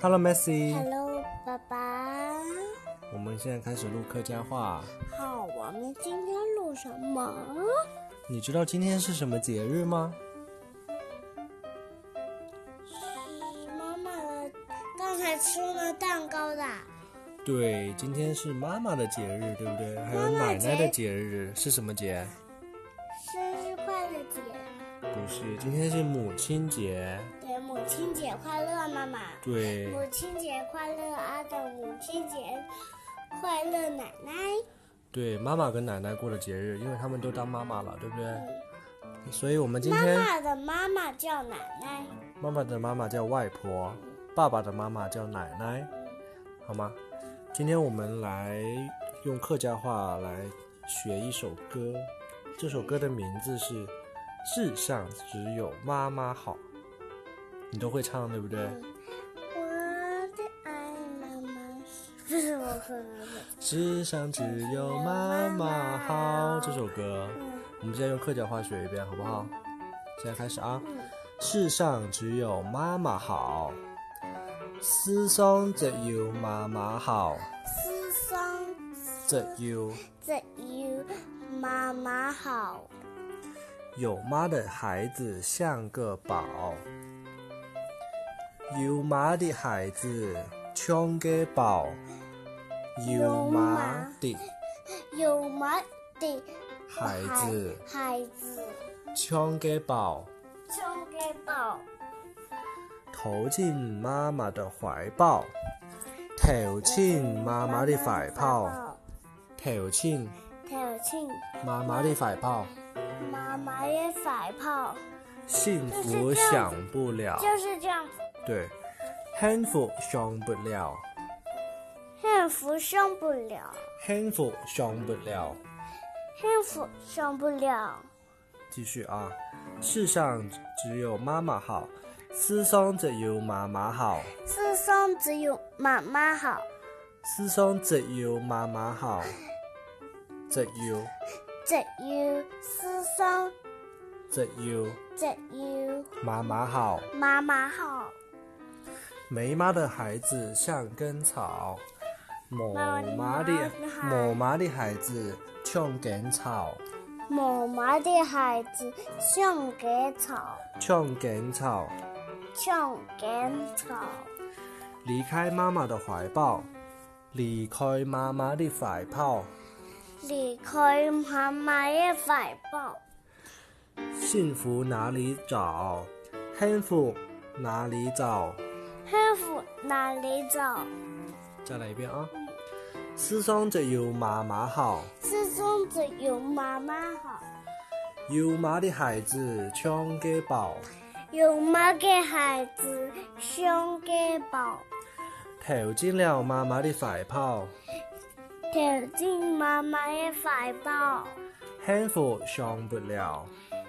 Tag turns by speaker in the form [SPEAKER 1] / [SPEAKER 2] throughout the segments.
[SPEAKER 1] Hello Messi，
[SPEAKER 2] Hello，爸爸。
[SPEAKER 1] 我们现在开始录客家话。
[SPEAKER 2] 好，我们今天录什么？
[SPEAKER 1] 你知道今天是什么节日吗？
[SPEAKER 2] 是妈妈的，刚才吃了蛋糕的。
[SPEAKER 1] 对，今天是妈妈的节日，对不对？还有奶奶的节日是什么节？
[SPEAKER 2] 生日快乐节，
[SPEAKER 1] 不是，今天是母亲节。
[SPEAKER 2] 对，母亲节快乐，妈妈。
[SPEAKER 1] 对，
[SPEAKER 2] 母亲节快乐，阿的母亲节快乐，奶奶。
[SPEAKER 1] 对，妈妈跟奶奶过的节日，因为他们都当妈妈了，对不对？所以我们今天
[SPEAKER 2] 妈妈的妈妈叫奶奶，
[SPEAKER 1] 妈妈的妈妈叫外婆，爸爸的妈妈叫奶奶，好吗？今天我们来用客家话来学一首歌，这首歌的名字是《世上只有妈妈好》，你都会唱对不对？
[SPEAKER 2] 我的爱妈妈。不 是我可能会。
[SPEAKER 1] 世上只有妈妈好这首歌，我们现在用客家话学一遍好不好？现在开始啊！世上只有妈妈好，世上只有妈妈好，
[SPEAKER 2] 思松
[SPEAKER 1] 只有
[SPEAKER 2] 只有妈妈好，
[SPEAKER 1] 有妈的孩子像个宝，有妈的孩子像个宝，有妈的
[SPEAKER 2] 有妈的
[SPEAKER 1] 孩子
[SPEAKER 2] 孩子
[SPEAKER 1] 像个宝，
[SPEAKER 2] 像个宝，
[SPEAKER 1] 投进妈妈的怀抱，投进妈妈的怀抱，投进
[SPEAKER 2] 跳进
[SPEAKER 1] 妈妈的怀抱，
[SPEAKER 2] 妈妈也甩炮，
[SPEAKER 1] 幸福享不了，
[SPEAKER 2] 就是这样子，
[SPEAKER 1] 对，幸福享不了，
[SPEAKER 2] 幸福上不了，
[SPEAKER 1] 幸福享不了。
[SPEAKER 2] 幸福上不了，
[SPEAKER 1] 继续啊，世上只有妈妈好，世上只有妈妈好，
[SPEAKER 2] 世上只有妈妈好，
[SPEAKER 1] 世上只有妈妈好，只有
[SPEAKER 2] 只有世上
[SPEAKER 1] 只有
[SPEAKER 2] 只有
[SPEAKER 1] 妈妈好。
[SPEAKER 2] 妈妈好，
[SPEAKER 1] 没妈的孩子像根草，母妈的
[SPEAKER 2] 妈妈
[SPEAKER 1] 母妈的孩子像根草，
[SPEAKER 2] 妈妈的孩子像个草，
[SPEAKER 1] 像根草。
[SPEAKER 2] 像个草，
[SPEAKER 1] 离开妈妈的怀抱，离开妈妈的怀抱，
[SPEAKER 2] 离开妈妈的怀抱。
[SPEAKER 1] 幸福哪里找？幸福哪里找？
[SPEAKER 2] 幸福哪里找？
[SPEAKER 1] 再来一遍啊！世上只有妈妈好，
[SPEAKER 2] 世中只有妈妈好，
[SPEAKER 1] 有妈的孩子像个宝，
[SPEAKER 2] 有妈给孩子像个宝，
[SPEAKER 1] 投进了妈妈的怀抱，
[SPEAKER 2] 跳进妈妈的怀抱，
[SPEAKER 1] 幸福上不了。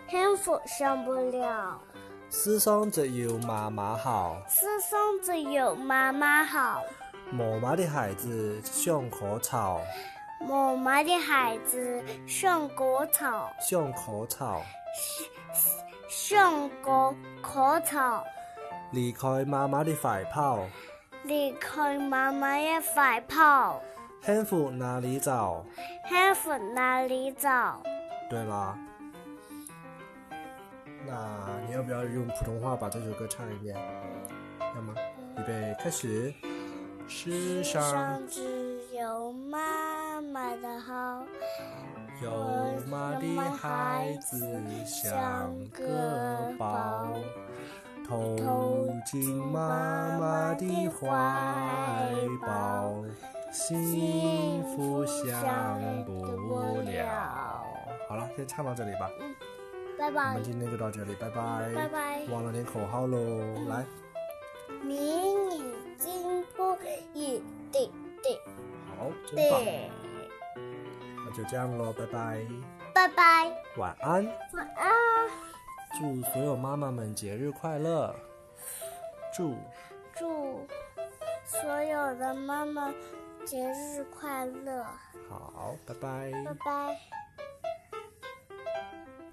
[SPEAKER 2] 幸福上不了。
[SPEAKER 1] 世上只有妈妈好，
[SPEAKER 2] 世上只有妈妈好，
[SPEAKER 1] 妈妈的孩子像棵草，
[SPEAKER 2] 妈妈的孩子像果草，
[SPEAKER 1] 像棵草。
[SPEAKER 2] 像个果草，
[SPEAKER 1] 离开妈妈的怀抱，
[SPEAKER 2] 离开妈妈的怀抱。
[SPEAKER 1] 幸福哪里找？
[SPEAKER 2] 幸福哪里找？
[SPEAKER 1] 对啦，那你要不要用普通话把这首歌唱一遍？要吗？预备，开始。世
[SPEAKER 2] 世
[SPEAKER 1] 上
[SPEAKER 2] 上只有妈妈的好，
[SPEAKER 1] 有妈的孩子像个宝，投进妈妈的怀抱，幸福享不了。好了，先唱到这里吧，
[SPEAKER 2] 拜
[SPEAKER 1] 我
[SPEAKER 2] 拜
[SPEAKER 1] 们。今天就到这里，拜
[SPEAKER 2] 拜
[SPEAKER 1] 拜。
[SPEAKER 2] 拜。
[SPEAKER 1] 忘了点口号喽，来，
[SPEAKER 2] 明已经破一对对
[SPEAKER 1] 好，真棒，
[SPEAKER 2] 对，
[SPEAKER 1] 那就这样喽，拜拜，
[SPEAKER 2] 拜拜，
[SPEAKER 1] 晚安，
[SPEAKER 2] 晚安，
[SPEAKER 1] 祝所有妈妈们节日快乐，祝。
[SPEAKER 2] 祝所有的妈妈节日快乐，
[SPEAKER 1] 好，拜拜。
[SPEAKER 2] 拜拜。